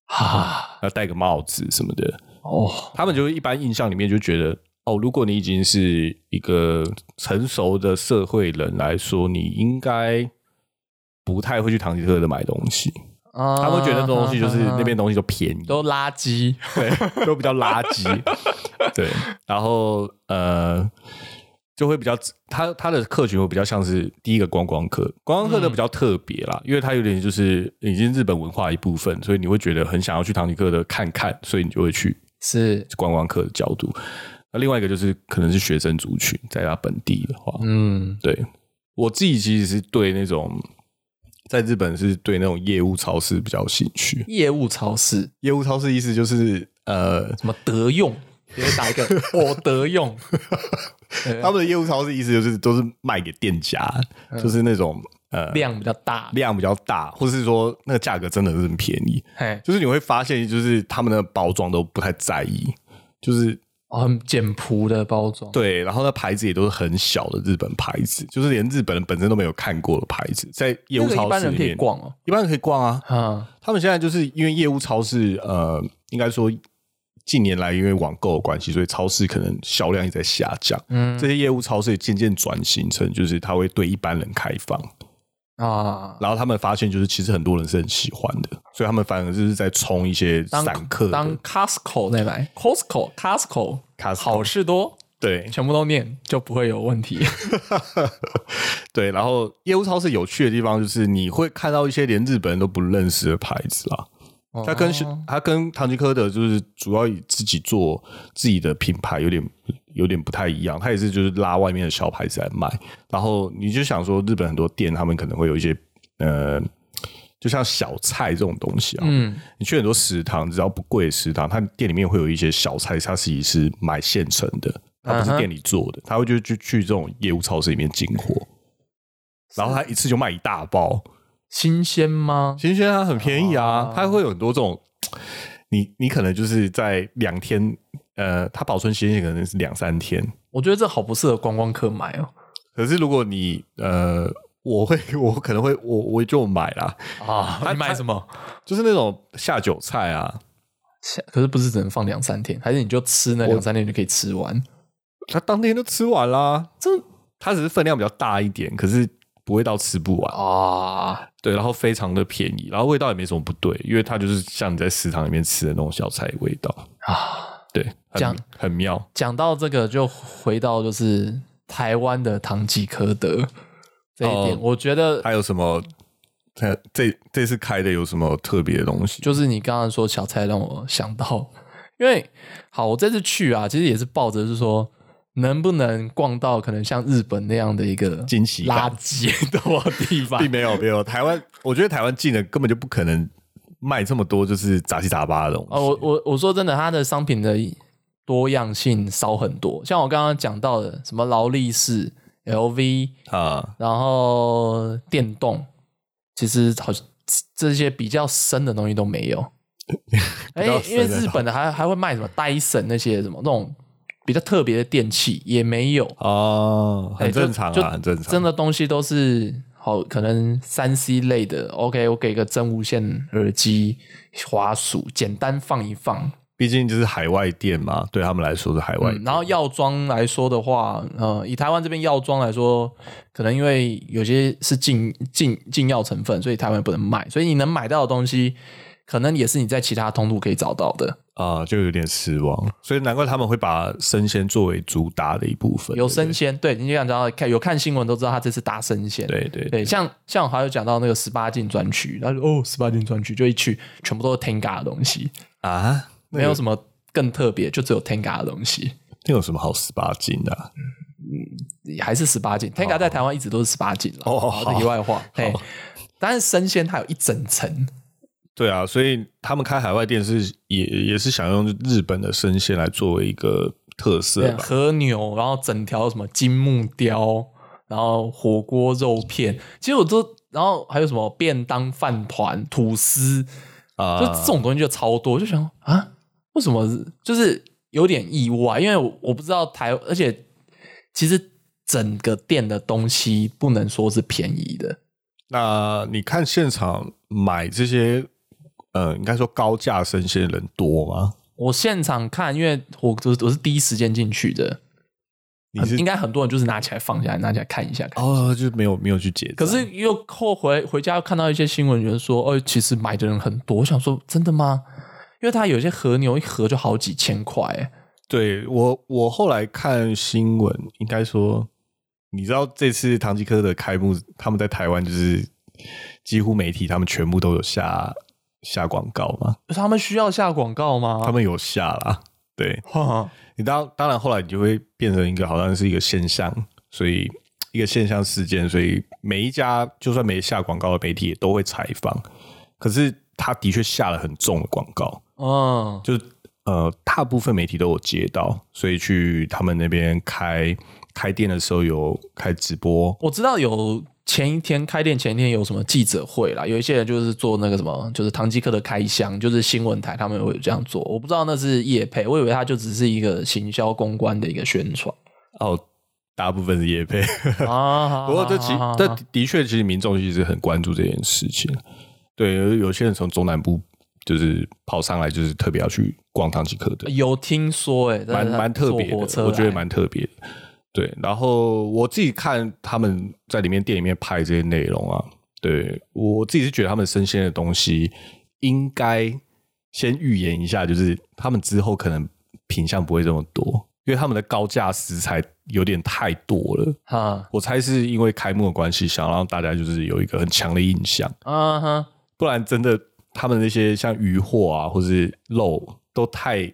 Speaker 2: 哈，
Speaker 1: 要戴个帽子什么的。
Speaker 2: 哦，
Speaker 1: 他们就一般印象里面就觉得，哦，如果你已经是一个成熟的社会人来说，你应该不太会去唐吉诃德买东西。
Speaker 2: 啊
Speaker 1: 他们会觉得这种东西就是那边东西都便宜，
Speaker 2: 都垃圾，
Speaker 1: 对，都比较垃
Speaker 2: [laughs]
Speaker 1: 圾。对，然后呃，就会比较他他的客群会比较像是第一个观光客，观光客
Speaker 2: 嗯
Speaker 1: 的比较特别啦，因为他有点就是已经日本文化一部分，所以你会觉得很想要去唐吉诃德看看，所以你就会去
Speaker 2: 是，
Speaker 1: 观光客的角度。那另外一个就是可能是学生族群，在他本地的话，
Speaker 2: 嗯，
Speaker 1: 对我自己其实是对那种。在日本是对那种业务超市比较有兴趣。
Speaker 2: 业务超市
Speaker 1: 业务超市意思就是，呃，
Speaker 2: 什么德用，直接
Speaker 1: [laughs]
Speaker 2: 打一个我德用，
Speaker 1: 他们的业务超市意思就是都是卖给店家，就是那种呃
Speaker 2: 量比较大，
Speaker 1: 量比较大，或是说那个价格真的是很便宜。
Speaker 2: 嘿，
Speaker 1: 就是你会发现，就是他们的包装都不太在意，就是
Speaker 2: 哦，很简朴的包装，
Speaker 1: 对，然后那牌子也都是很小的日本牌子，就是连日本人本身都没有看过的牌子，在业
Speaker 2: 那
Speaker 1: 务
Speaker 2: 个一
Speaker 1: 超
Speaker 2: 般
Speaker 1: 市
Speaker 2: 人
Speaker 1: 里
Speaker 2: 可以
Speaker 1: 面，
Speaker 2: 逛哦，
Speaker 1: 一般人可以逛啊。
Speaker 2: 啊，
Speaker 1: 他们现在就是因为业务超市，呃，应该说近年来因为网购的关系，所以超市可能销量一直在下降。
Speaker 2: 嗯
Speaker 1: 这些业务超市也渐渐转型成，就是它会对一般人开放，
Speaker 2: 啊，
Speaker 1: 然后他们发现就是其实很多人是很喜欢的，所以他们反而就是在冲一些
Speaker 2: 当
Speaker 1: 散客的
Speaker 2: 当 Costco 在买，Costco Costco
Speaker 1: Costco
Speaker 2: 好事多，
Speaker 1: 对
Speaker 2: 全部都念就不会有问 [laughs] 题。
Speaker 1: 对，然后业务超市有趣的地方就是你会看到一些连日本人都不认识的牌子啦。
Speaker 2: 哦
Speaker 1: 它跟它跟唐吉诃德就是主要以自己做自己的品牌有点有点不太一样，它也是就是拉外面的小牌子来卖。然后你就想说，日本很多店他们可能会有一些呃，就像小菜这种东西啊，
Speaker 2: 嗯，
Speaker 1: 你去很多食堂，只要不贵的食堂，它店里面会有一些小菜，它其实是买现成的，它不
Speaker 2: 嗯
Speaker 1: 是
Speaker 2: 哼
Speaker 1: 店里做的，它会就去去这种业务超市里面进货，然后它一次就卖一大包，
Speaker 2: 新鲜吗？
Speaker 1: 新鲜啊，很便宜啊
Speaker 2: 哦，
Speaker 1: 它会有很多这种，你你可能就是在两天，呃，它保存期限可能是两三天，
Speaker 2: 我觉得这好不适合观光客买哦。
Speaker 1: 可是如果你呃，我会 [laughs] 我可能会我我就买啦，
Speaker 2: 啊，你买什么？
Speaker 1: 就是那种下酒菜啊，
Speaker 2: 可是不是只能放两三天，还是你就吃那两三天就可以吃完？
Speaker 1: 它当天就吃完啦，
Speaker 2: 这
Speaker 1: 它只是分量比较大一点，可是不会到吃不完，
Speaker 2: 啊，
Speaker 1: 对，然后非常的便宜，然后味道也没什么不对，因为它就是像你在食堂里面吃的那种小菜味道
Speaker 2: 啊，
Speaker 1: 对，很
Speaker 2: 这样
Speaker 1: 很妙。
Speaker 2: 讲到这个，就回到就是台湾的唐吉诃德这一点，
Speaker 1: 哦
Speaker 2: 我觉得
Speaker 1: 还有什么？它这这次开的有什么特别的东西？
Speaker 2: 就是你刚刚说小菜让我想到， [laughs] 因为好，我这次去啊，其实也是抱着是说。能不能逛到可能像日本那样的一个
Speaker 1: 惊喜感
Speaker 2: 垃圾的地
Speaker 1: [laughs]
Speaker 2: 方？
Speaker 1: 并没有，没有。台湾，我觉得台湾进的根本就不可能卖这么多，就是杂七杂八的东西。
Speaker 2: 哦，我我我说真的，它的商品的多样性少很多。像我刚刚讲到的，什么劳力士、LV，
Speaker 1: 啊，
Speaker 2: 然后电动，其实好像这这些比较深的东西都没
Speaker 1: [laughs]
Speaker 2: 有。哎、
Speaker 1: 较
Speaker 2: 因为
Speaker 1: 深的
Speaker 2: 日本的还还会卖什么戴森那些什么那种比较特别的电器也没有，
Speaker 1: 哦，
Speaker 2: 哎
Speaker 1: 很
Speaker 2: 就
Speaker 1: 正常
Speaker 2: 就
Speaker 1: 啊，很正常。
Speaker 2: 真的东西都是好，可能三 C 类的。OK，我给个真无线耳机、滑鼠，简单放一放，
Speaker 1: 毕竟就是海外店嘛，对他们来说是海外
Speaker 2: 嗯，然后药妆来说的话，呃，以台湾这边药妆来说，可能因为有些是禁禁禁药成分，所以台湾不能卖，所以你能买到的东西，可能也是你在其他通路可以找到的，
Speaker 1: 啊，就有点失望。所以难怪他们会把生鲜作为主打的一部分。
Speaker 2: 有生鲜。对，你就想知道，看有看新闻都知道他这次搭生鲜。
Speaker 1: 对对对
Speaker 2: 对，像像我还有讲到那个十八禁专区，他说哦，十八禁专区就一去，全部都是 Tenga 的东西，
Speaker 1: 啊，那
Speaker 2: 没有什么更特别，就只有 Tenga 的东西，
Speaker 1: 那有什么好十八禁的啊？
Speaker 2: 还是十八禁。Tenga 在台湾一直都是十八禁了。
Speaker 1: 哦
Speaker 2: 好的
Speaker 1: 好
Speaker 2: 题外话，嘿，但是生鲜它有一整层，
Speaker 1: 对啊，所以他们开海外店是也也是想用日本的生鲜来作为一个特色吧。
Speaker 2: 啊和牛，然后整条什么金木雕，然后火锅肉片，其实我都，然后还有什么便当饭团、吐司，
Speaker 1: 啊，
Speaker 2: 就这种东西就超多，我就想啊，为什么是就是有点意外，因为我我不知道台，而且其实整个店的东西不能说是便宜的，
Speaker 1: 那你看现场买这些，呃，应该说高价生鲜的人多吗？
Speaker 2: 我现场看，因为我我我是第一时间进去的，
Speaker 1: 你
Speaker 2: 很
Speaker 1: 是
Speaker 2: 应该很多人就是拿起来放下来，拿起来看一下。看一下
Speaker 1: 哦，就是没有没有去结账。
Speaker 2: 可是又后回回家又看到一些新闻，有人说，哦，其实买的人很多。我想说，真的吗？因为它有些和牛一盒就好几千块、欸，
Speaker 1: 对我我后来看新闻，应该说，你知道这次唐吉诃德开幕，他们在台湾就是几乎媒体他们全部都有下下广告嘛，
Speaker 2: 他们需要下广告吗？
Speaker 1: 他们有下啦。对
Speaker 2: 哈
Speaker 1: 你当当然后来你就会变成一个好像是一个现象，所以一个现象事件，所以每一家就算没下广告的媒体也都会采访，可是他的确下了很重的广告，
Speaker 2: [laughs] 嗯，
Speaker 1: 就是呃，大部分媒体都有接到，所以去他们那边开开店的时候有开直播，
Speaker 2: 我知道有前一天开店前一天有什么记者会啦，有一些人就是做那个什么，就是唐吉诃德开箱，就是新闻台他们会这样做。我不知道那是业配，我以为它就只是一个行销公关的一个
Speaker 1: [laughs]
Speaker 2: 宣传
Speaker 1: 哦，大部分是业配。
Speaker 2: 啊。
Speaker 1: 不过这其
Speaker 2: 好好好
Speaker 1: 这的确，其实民众其实很关注这件事情。对，有有些人从中南部就是跑上来，就是特别要去逛唐吉诃德，
Speaker 2: 有听说哎、欸，
Speaker 1: 蛮
Speaker 2: 但是他
Speaker 1: 蛮特别
Speaker 2: 坐火
Speaker 1: 的，
Speaker 2: 车
Speaker 1: 我觉得
Speaker 2: 来
Speaker 1: 蛮特别的。对，然后我自己看他们在里面店里面拍这些内容啊，对我自己是觉得他们生鲜的东西应该先预言一下，就是他们之后可能品相不会这么多，因为他们的高价食材有点太多了。
Speaker 2: 啊
Speaker 1: 我猜是因为开幕的关系，想让大家就是有一个很强的印象，
Speaker 2: 啊哈。
Speaker 1: 不然真的他们那些像鱼货啊，或是肉都太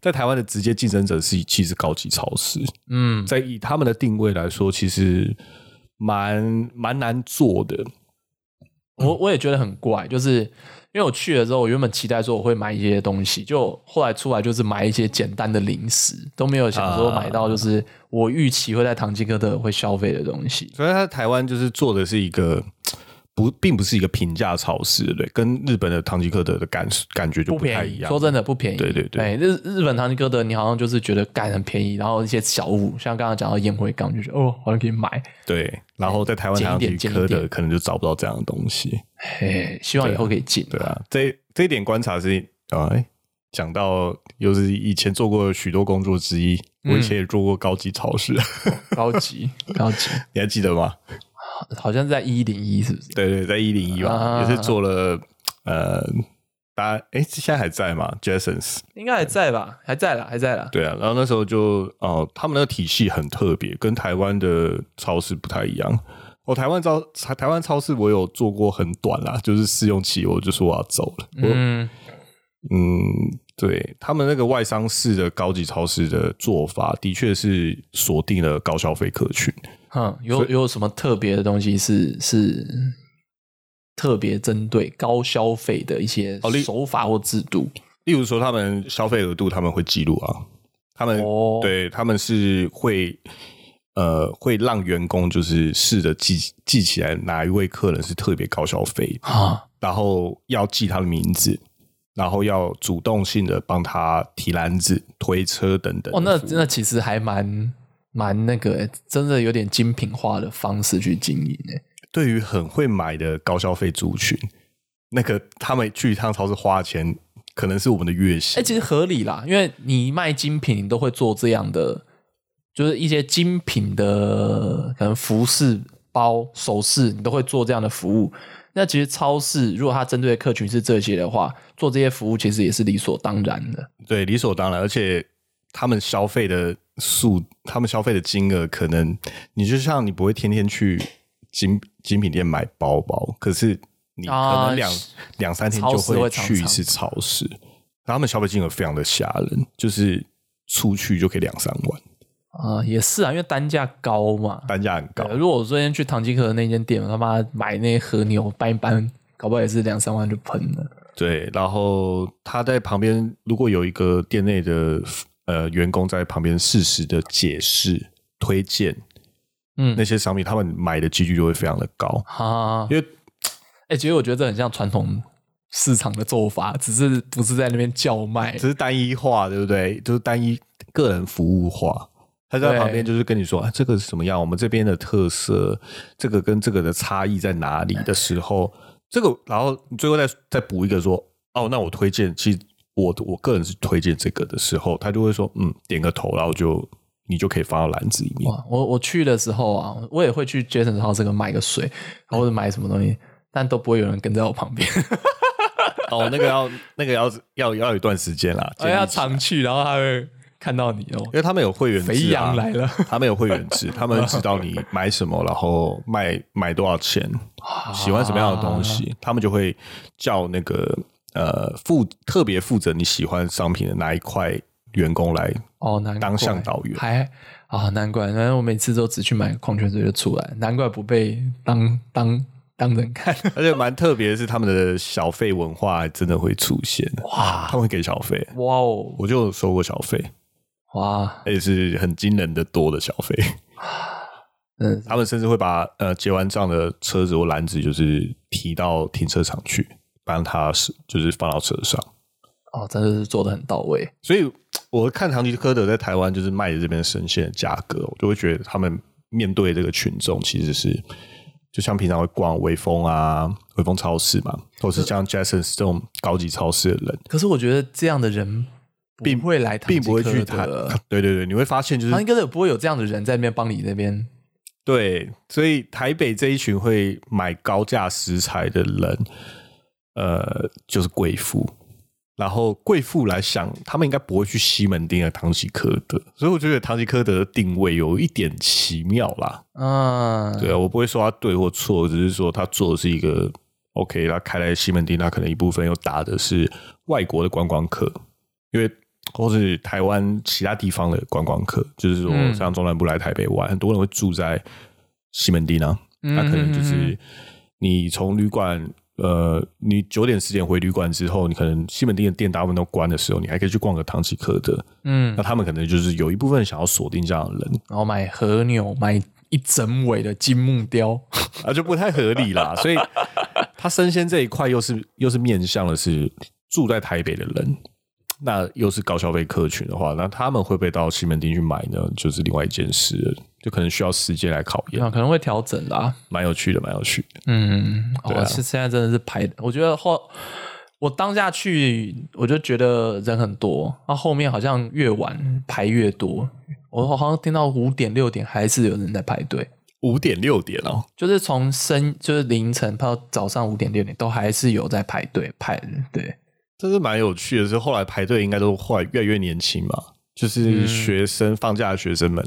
Speaker 1: 在台湾的直接竞争者是其实高级超市，
Speaker 2: 嗯，
Speaker 1: 在以他们的定位来说，其实蛮蛮难做的。
Speaker 2: 我我也觉得很怪，就是因为我去了之后，我原本期待说我会买一些东西，就后来出来就是买一些简单的零食，都没有想说
Speaker 1: 啊
Speaker 2: 买到就是我预期会在唐吉诃德会消费的东西。
Speaker 1: 所以他台湾就是做的是一个不并不是一个平价超市，对不对，跟日本的唐吉诃德的感感觉就
Speaker 2: 不
Speaker 1: 太
Speaker 2: 便
Speaker 1: 一
Speaker 2: 宜，
Speaker 1: 样。
Speaker 2: 说真的不便宜。
Speaker 1: 对对对
Speaker 2: 哎，日日本唐吉诃德，你好像就是觉得干很便宜，然后一些小物，像刚刚讲到烟灰缸，就觉得哦，好像可以买。
Speaker 1: 对，然后在台湾
Speaker 2: 哎减一
Speaker 1: 唐吉
Speaker 2: 点减
Speaker 1: 诃
Speaker 2: 一
Speaker 1: 德
Speaker 2: 点
Speaker 1: 可能就找不到这样的东西。
Speaker 2: 哎，希望以后可以进。
Speaker 1: 对啊，这这一点观察是啊，哎讲到又是以前做过许多工作之一，我以前
Speaker 2: 嗯
Speaker 1: 也做过高级超市， [laughs] 啊
Speaker 2: 高级高级，
Speaker 1: 你还记得吗？
Speaker 2: 好像是在一零一，是不是？
Speaker 1: 对对，在一零一吧，
Speaker 2: 啊
Speaker 1: 也是做了呃，大家哎现在还在吗？Jasons
Speaker 2: 应该还在吧？还在啦，还在啦。
Speaker 1: 对啊，然后那时候就哦、他们那个体系很特别，跟台湾的超市不太一样。我、台湾超台台湾超市我有做过很短啦，就是试用期我就说我要走了，我
Speaker 2: 嗯，
Speaker 1: 嗯，对他们那个外商式的高级超市的做法，的确是锁定了高消费客群。
Speaker 2: 哼，嗯有有什么特别的东西是是特别针对高消费的一些
Speaker 1: 哦例
Speaker 2: 手法或制度？
Speaker 1: 例如说，他们消费额度他们会记录啊，他们、
Speaker 2: 哦
Speaker 1: 对他们是会呃会让员工就是试着记记起来哪一位客人是特别高消费，
Speaker 2: 啊，
Speaker 1: 然后要记他的名字。然后要主动性的帮他提篮子、推车等等。
Speaker 2: 哦，那那其实还蛮蛮那个、欸，真的有点精品化的方式去经营欸诶、
Speaker 1: 对于很会买的高消费族群，那个他们去一趟超市花钱，可能是我们的月
Speaker 2: 哎、
Speaker 1: 薪。
Speaker 2: 其实合理啦，因为你卖精品，你都会做这样的，就是一些精品的可能服饰、包、首饰，你都会做这样的服务。那其实超市如果它针对的客群是这些的话，做这些服务其实也是理所当然的。
Speaker 1: 对，理所当然。而且他们消费的数，他们消费的金额，可能你就像你不会天天去精精品店买包包，可是你可
Speaker 2: 啊
Speaker 1: 能两两、三天就
Speaker 2: 超市会常常
Speaker 1: 去一次超市。然后他们消费金额非常的吓人，就是出去就可以两三万，
Speaker 2: 啊、也是啊，因为单价高嘛。
Speaker 1: 单价很高。
Speaker 2: 对如果我昨天去唐吉诃德那间店，我他妈买那和牛搬一搬，搞不好也是两三万就喷了。
Speaker 1: 对，然后他在旁边，如果有一个店内的呃员工在旁边适时的解释、推荐
Speaker 2: 嗯
Speaker 1: 那，些商品，他们买的几率就会非常的高。
Speaker 2: 啊，
Speaker 1: 因为
Speaker 2: 哎、其实我觉得这很像传统市场的做法，只是不是在那边叫卖
Speaker 1: 只。是单一化，对不对？就是单一个人服务化。他在
Speaker 2: 对
Speaker 1: 旁边就是跟你说，啊，这个是什么样？我们这边的特色，这个跟这个的差异在哪里的时候，这个，然后你最后再再补一个说，哦，那我推荐，其实我我个人是推荐这个的时候，他就会说，嗯，点个头，然后就你就可以放到篮子里面。
Speaker 2: 哇，我我去的时候啊，我也会去 Jason 超市跟买个水，或者买什么东西，但都不会有人跟在我旁 [laughs] 边。
Speaker 1: 哦，那个要那个要要要有一段时间啦，
Speaker 2: 我
Speaker 1: 建
Speaker 2: 哦要
Speaker 1: 议
Speaker 2: 哎常去，然后他会看到你哦
Speaker 1: 因。为他们有会员制、啊，
Speaker 2: 肥羊来了， [laughs]
Speaker 1: 他们有会员制，他们知道你买什么，然后卖买多少钱，喜欢什么样的东
Speaker 2: 啊
Speaker 1: 西，他们就会叫那个呃负特别负责你喜欢商品的那一块员工来。
Speaker 2: 哦，难怪
Speaker 1: 当向导员
Speaker 2: 还啊、难怪，难怪我每次都只去买矿泉水就出来，难怪不被当当当人看。
Speaker 1: 而且蛮特别的是，他们的小费文化还真的会出现，
Speaker 2: 哇
Speaker 1: 他们会给小费。
Speaker 2: 哇哦
Speaker 1: 我就有收过小费，
Speaker 2: 哇，
Speaker 1: 而且是很惊人的多的小费。
Speaker 2: 嗯，
Speaker 1: 他们甚至会把呃结完账的车子或篮子，就是提到停车场去，帮他是就是放到车上。
Speaker 2: 哦，真的是做的很到位。
Speaker 1: 所以我看唐吉诃德在台湾就是卖的这边生鲜的价格，我就会觉得他们面对这个群众其实是就像平常会逛微风啊、微风超市嘛，或是像 Jason 这种高级超市的人，
Speaker 2: 可是我觉得这样的人并不会来，
Speaker 1: 并不会去谈。 [laughs] 对对对，你会发现就是
Speaker 2: [laughs] 唐吉诃德不会有这样的人在那边帮你那边
Speaker 1: 对，所以台北这一群会买高价食材的人，呃，就是贵妇。然后贵妇来想，他们应该不会去西门町的唐吉诃德，所以我觉得唐吉诃德的定位有一点奇妙啦。
Speaker 2: 啊，
Speaker 1: 对啊，我不会说他对或错，只是说他做的是一个 OK，他开在西门町，他可能一部分又打的是外国的观光客，因为或是台湾其他地方的观光客，就是说
Speaker 2: 嗯
Speaker 1: 像中南部来台北玩，很多人会住在西门町啊，那可能就
Speaker 2: 嗯嗯嗯
Speaker 1: 是你从旅馆。呃，你九点十点回旅馆之后，你可能西门町的店大部分都关的时候，你还可以去逛个唐吉诃德。
Speaker 2: 嗯，
Speaker 1: 那他们可能就是有一部分想要锁定这样的人，
Speaker 2: 然后买和牛、买一整尾的金木雕，
Speaker 1: 啊，就不太合理啦。所以他生鲜这一块又是又是面向的是住在台北的人，那又是高消费客群的话，那他们会不会到西门町去买呢？就是另外一件事了，就可能需要时间来考验
Speaker 2: 那。 [laughs] 可能会调整啦。
Speaker 1: 蛮有趣的，蛮有趣的。
Speaker 2: 嗯，
Speaker 1: 对啊
Speaker 2: 哦，是现在真的是排，我觉得后我当下去，我就觉得人很多，那后面好像越晚排越多，我好像听到五点六点还是有人在排队，
Speaker 1: 五点六点哦，
Speaker 2: 就是从深就是凌晨到早上五点六点都还是有在排队排，对，
Speaker 1: 这是蛮有趣的。是后来排队应该都后来越来越年轻嘛，就是
Speaker 2: 嗯
Speaker 1: 学生、放假的学生们，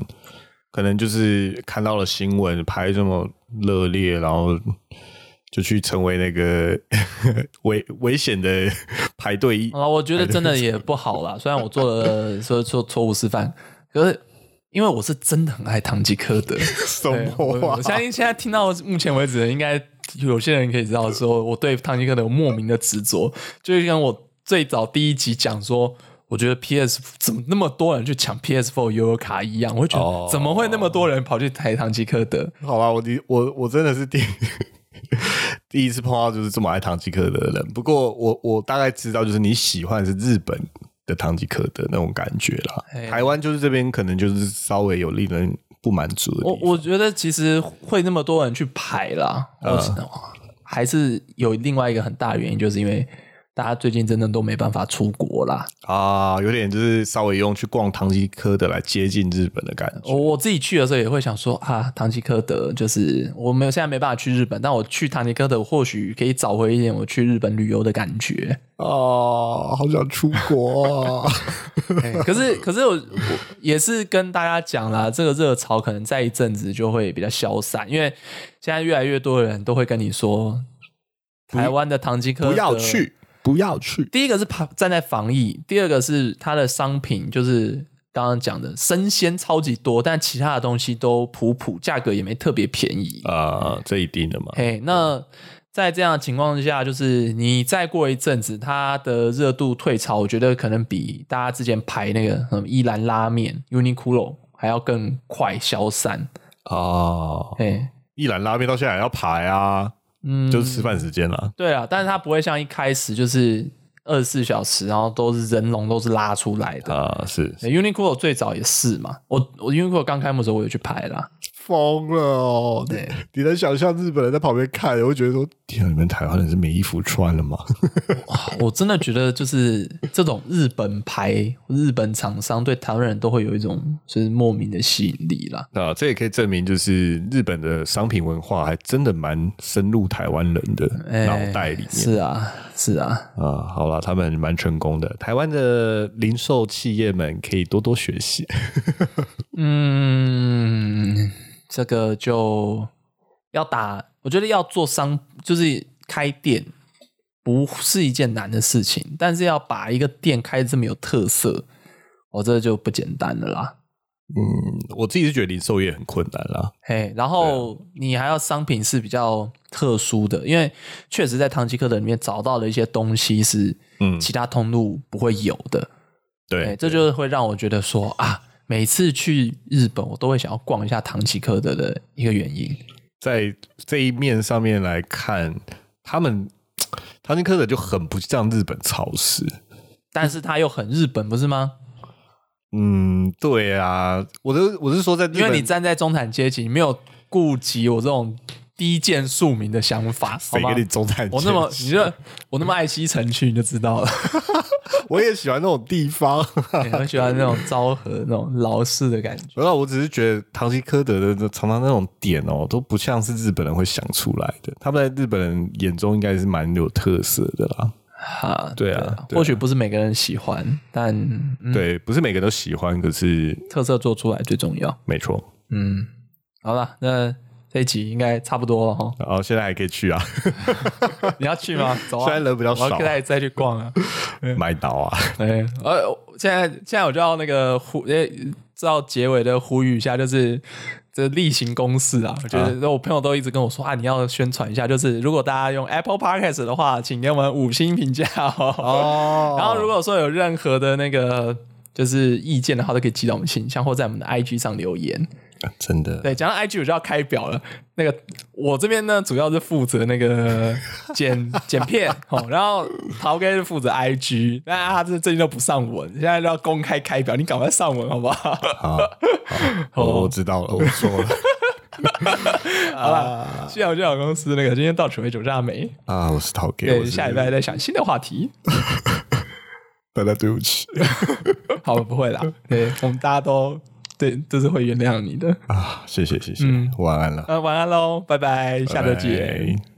Speaker 1: 可能就是看到了新闻排这么热烈，然后就去成为那个 [laughs] 危危险的排队一。
Speaker 2: 啊，我觉得真的也不好啦。虽然我做了说错错误示范，可是因为我是真的很爱唐吉诃德，
Speaker 1: 什
Speaker 2: [laughs] 对我
Speaker 1: 么啊
Speaker 2: 我？相信现在听到目前为止，应该有些人可以知道，说我对唐吉诃德有莫名的执着，就是跟我最早第一集讲说。我觉得 PS 怎么那么多人去抢 PS4 悠游卡一样，我会觉
Speaker 1: 哦
Speaker 2: 得怎么会那么多人跑去台唐吉诃德？
Speaker 1: 好吧，我第我我真的是第 [laughs] 第一次碰到就是这么爱唐吉诃德的人。不过我我大概知道，就是你喜欢的是日本的唐吉诃德那种感觉啦。
Speaker 2: 嘿
Speaker 1: 台湾就是这边可能就是稍微有令人不满足的地
Speaker 2: 我
Speaker 1: 方。
Speaker 2: 我觉得其实会那么多人去排啦，
Speaker 1: 嗯
Speaker 2: 我是还是有另外一个很大的原因，就是因为大家最近真的都没办法出国啦。
Speaker 1: 啊，有点就是稍微用去逛唐吉诃德来接近日本的感觉
Speaker 2: 我。我自己去的时候也会想说啊，唐吉诃德就是我没有现在没办法去日本，但我去唐吉诃德或许可以找回一点我去日本旅游的感觉。
Speaker 1: 啊，好想出国、
Speaker 2: [laughs]
Speaker 1: 啊！
Speaker 2: 哎可是可是我我也是跟大家讲啦，这个热潮可能在一阵子就会比较消散，因为现在越来越多的人都会跟你说。台湾的唐吉诃德
Speaker 1: 不要去，不要去。
Speaker 2: 第一个是怕站在防疫，第二个是它的商品，就是刚刚讲的生鲜超级多，但其他的东西都普普，价格也没特别便宜。
Speaker 1: 啊、这一定的嘛。
Speaker 2: 嘿、那在这样的情况之下，就是你再过一阵子，它的热度退潮，我觉得可能比大家之前排那个嗯伊兰拉面、Uniqlo 还要更快消散。
Speaker 1: 哦，
Speaker 2: 嘿、
Speaker 1: 一兰拉面到现在还要排啊，
Speaker 2: 嗯，
Speaker 1: 就是吃饭时间啦、
Speaker 2: 对啊，但是它不会像一开始就是二十四小时，然后都是人龙都是拉出来的。
Speaker 1: 啊，是
Speaker 2: 欸 Uniqlo 最早也是嘛，我我 Uniqlo 刚开幕的时候我有去拍啦，
Speaker 1: 疯了哦！
Speaker 2: 对，
Speaker 1: 你能想象日本人在旁边看，我会觉得说：天啊，你们台湾人是没衣服穿 [laughs] 了吗？
Speaker 2: 哇我真的觉得就是这种日本牌、日本厂商对台湾人都会有一种就是莫名的吸引力啦。
Speaker 1: 那啊这也可以证明，就是日本的商品文化还真的蛮深入台湾人的
Speaker 2: 欸
Speaker 1: 脑袋里面、
Speaker 2: 是啊，是啊，
Speaker 1: 啊。好啦，他们蛮成功的，台湾的零售企业们可以多多学习。
Speaker 2: 嗯，这个就要打，我觉得要做商就是开店。不是一件难的事情，但是要把一个店开得这么有特色，哦，这就不简单了啦。
Speaker 1: 嗯，我自己是觉得零售业很困难啦。
Speaker 2: 嘿，然后你还要商品是比较特殊的，因为确实在唐吉诃德里面找到了一些东西是
Speaker 1: 嗯
Speaker 2: 其他通路不会有的，
Speaker 1: 对，
Speaker 2: 哎，这就是会让我觉得说啊，每次去日本我都会想要逛一下唐吉诃德的一个原因。
Speaker 1: 在这一面上面来看，他们唐吉诃德就很不像日本超市。
Speaker 2: 但是它又很日本，不是吗？
Speaker 1: 嗯，对啊，我的我是说在日
Speaker 2: 因为
Speaker 1: 本，
Speaker 2: 你站在中产阶级，你没有顾及我这种低贱庶民的想法，好
Speaker 1: 谁
Speaker 2: 吗
Speaker 1: 给？你中产阶级？
Speaker 2: 我那么，你就我那么爱惜城区，你就知道了。
Speaker 1: [laughs]
Speaker 2: [laughs]
Speaker 1: 我也喜欢那种地方。 [laughs]
Speaker 2: 哎我喜欢那种昭和那种老式的感觉。
Speaker 1: 不道，我只是觉得唐吉诃德的常常那种点哦，都不像是日本人会想出来的。他们在日本人眼中应该是蛮有特色的啦。
Speaker 2: 啊，
Speaker 1: 对啊对啊
Speaker 2: 或许不是每个人喜欢，但、嗯、
Speaker 1: 对，不是每个人都喜欢，可是
Speaker 2: 特色做出来最重要。
Speaker 1: 没错。。
Speaker 2: 嗯，好了，那这一集应该差不多了哈 [laughs]
Speaker 1: 然后现在还可以去啊，
Speaker 2: 你要去吗？走啊，
Speaker 1: 虽然人比较
Speaker 2: 我
Speaker 1: 少
Speaker 2: 要再再去逛
Speaker 1: [laughs]
Speaker 2: 啊。
Speaker 1: 买到啊。
Speaker 2: 对，呃，现在现在我就要那个呼，呃，照结尾的呼吁一下，就是这例行公事啊。我觉得我朋友都一直跟我说啊，你要宣传一下，就是如果大家用 Apple Podcast 的话，请给我们五星评价哦。 [laughs]
Speaker 1: 哦
Speaker 2: 然后如果说有任何的那个就是意见的话，都可以寄到我们信箱或在我们的 IG 上留言。
Speaker 1: [laughs] 真的，
Speaker 2: 对，讲到 IG 我就要开表了。那个我这边呢，主要是负责那个剪 [laughs] 剪片哦，然后陶哥是负责 IG，那他这最近都不上文，现在就要公开开表，你赶快上文好不好？
Speaker 1: 好，
Speaker 2: [laughs]
Speaker 1: 好我我知道了，我说了 [laughs]
Speaker 2: 好了，西雅图小公司那个今天到此为止，我是阿梅，
Speaker 1: 啊，我是陶给，我
Speaker 2: 对，
Speaker 1: 是
Speaker 2: 下礼拜再想新的话题。 [laughs]
Speaker 1: 大家对不起 [laughs]
Speaker 2: 好，不 [laughs] 会啦，对我们大家都对，都是会原谅你的。嗯
Speaker 1: 啊，谢谢谢谢，晚安了，
Speaker 2: 那晚安喽，拜拜，下周见。
Speaker 1: 拜拜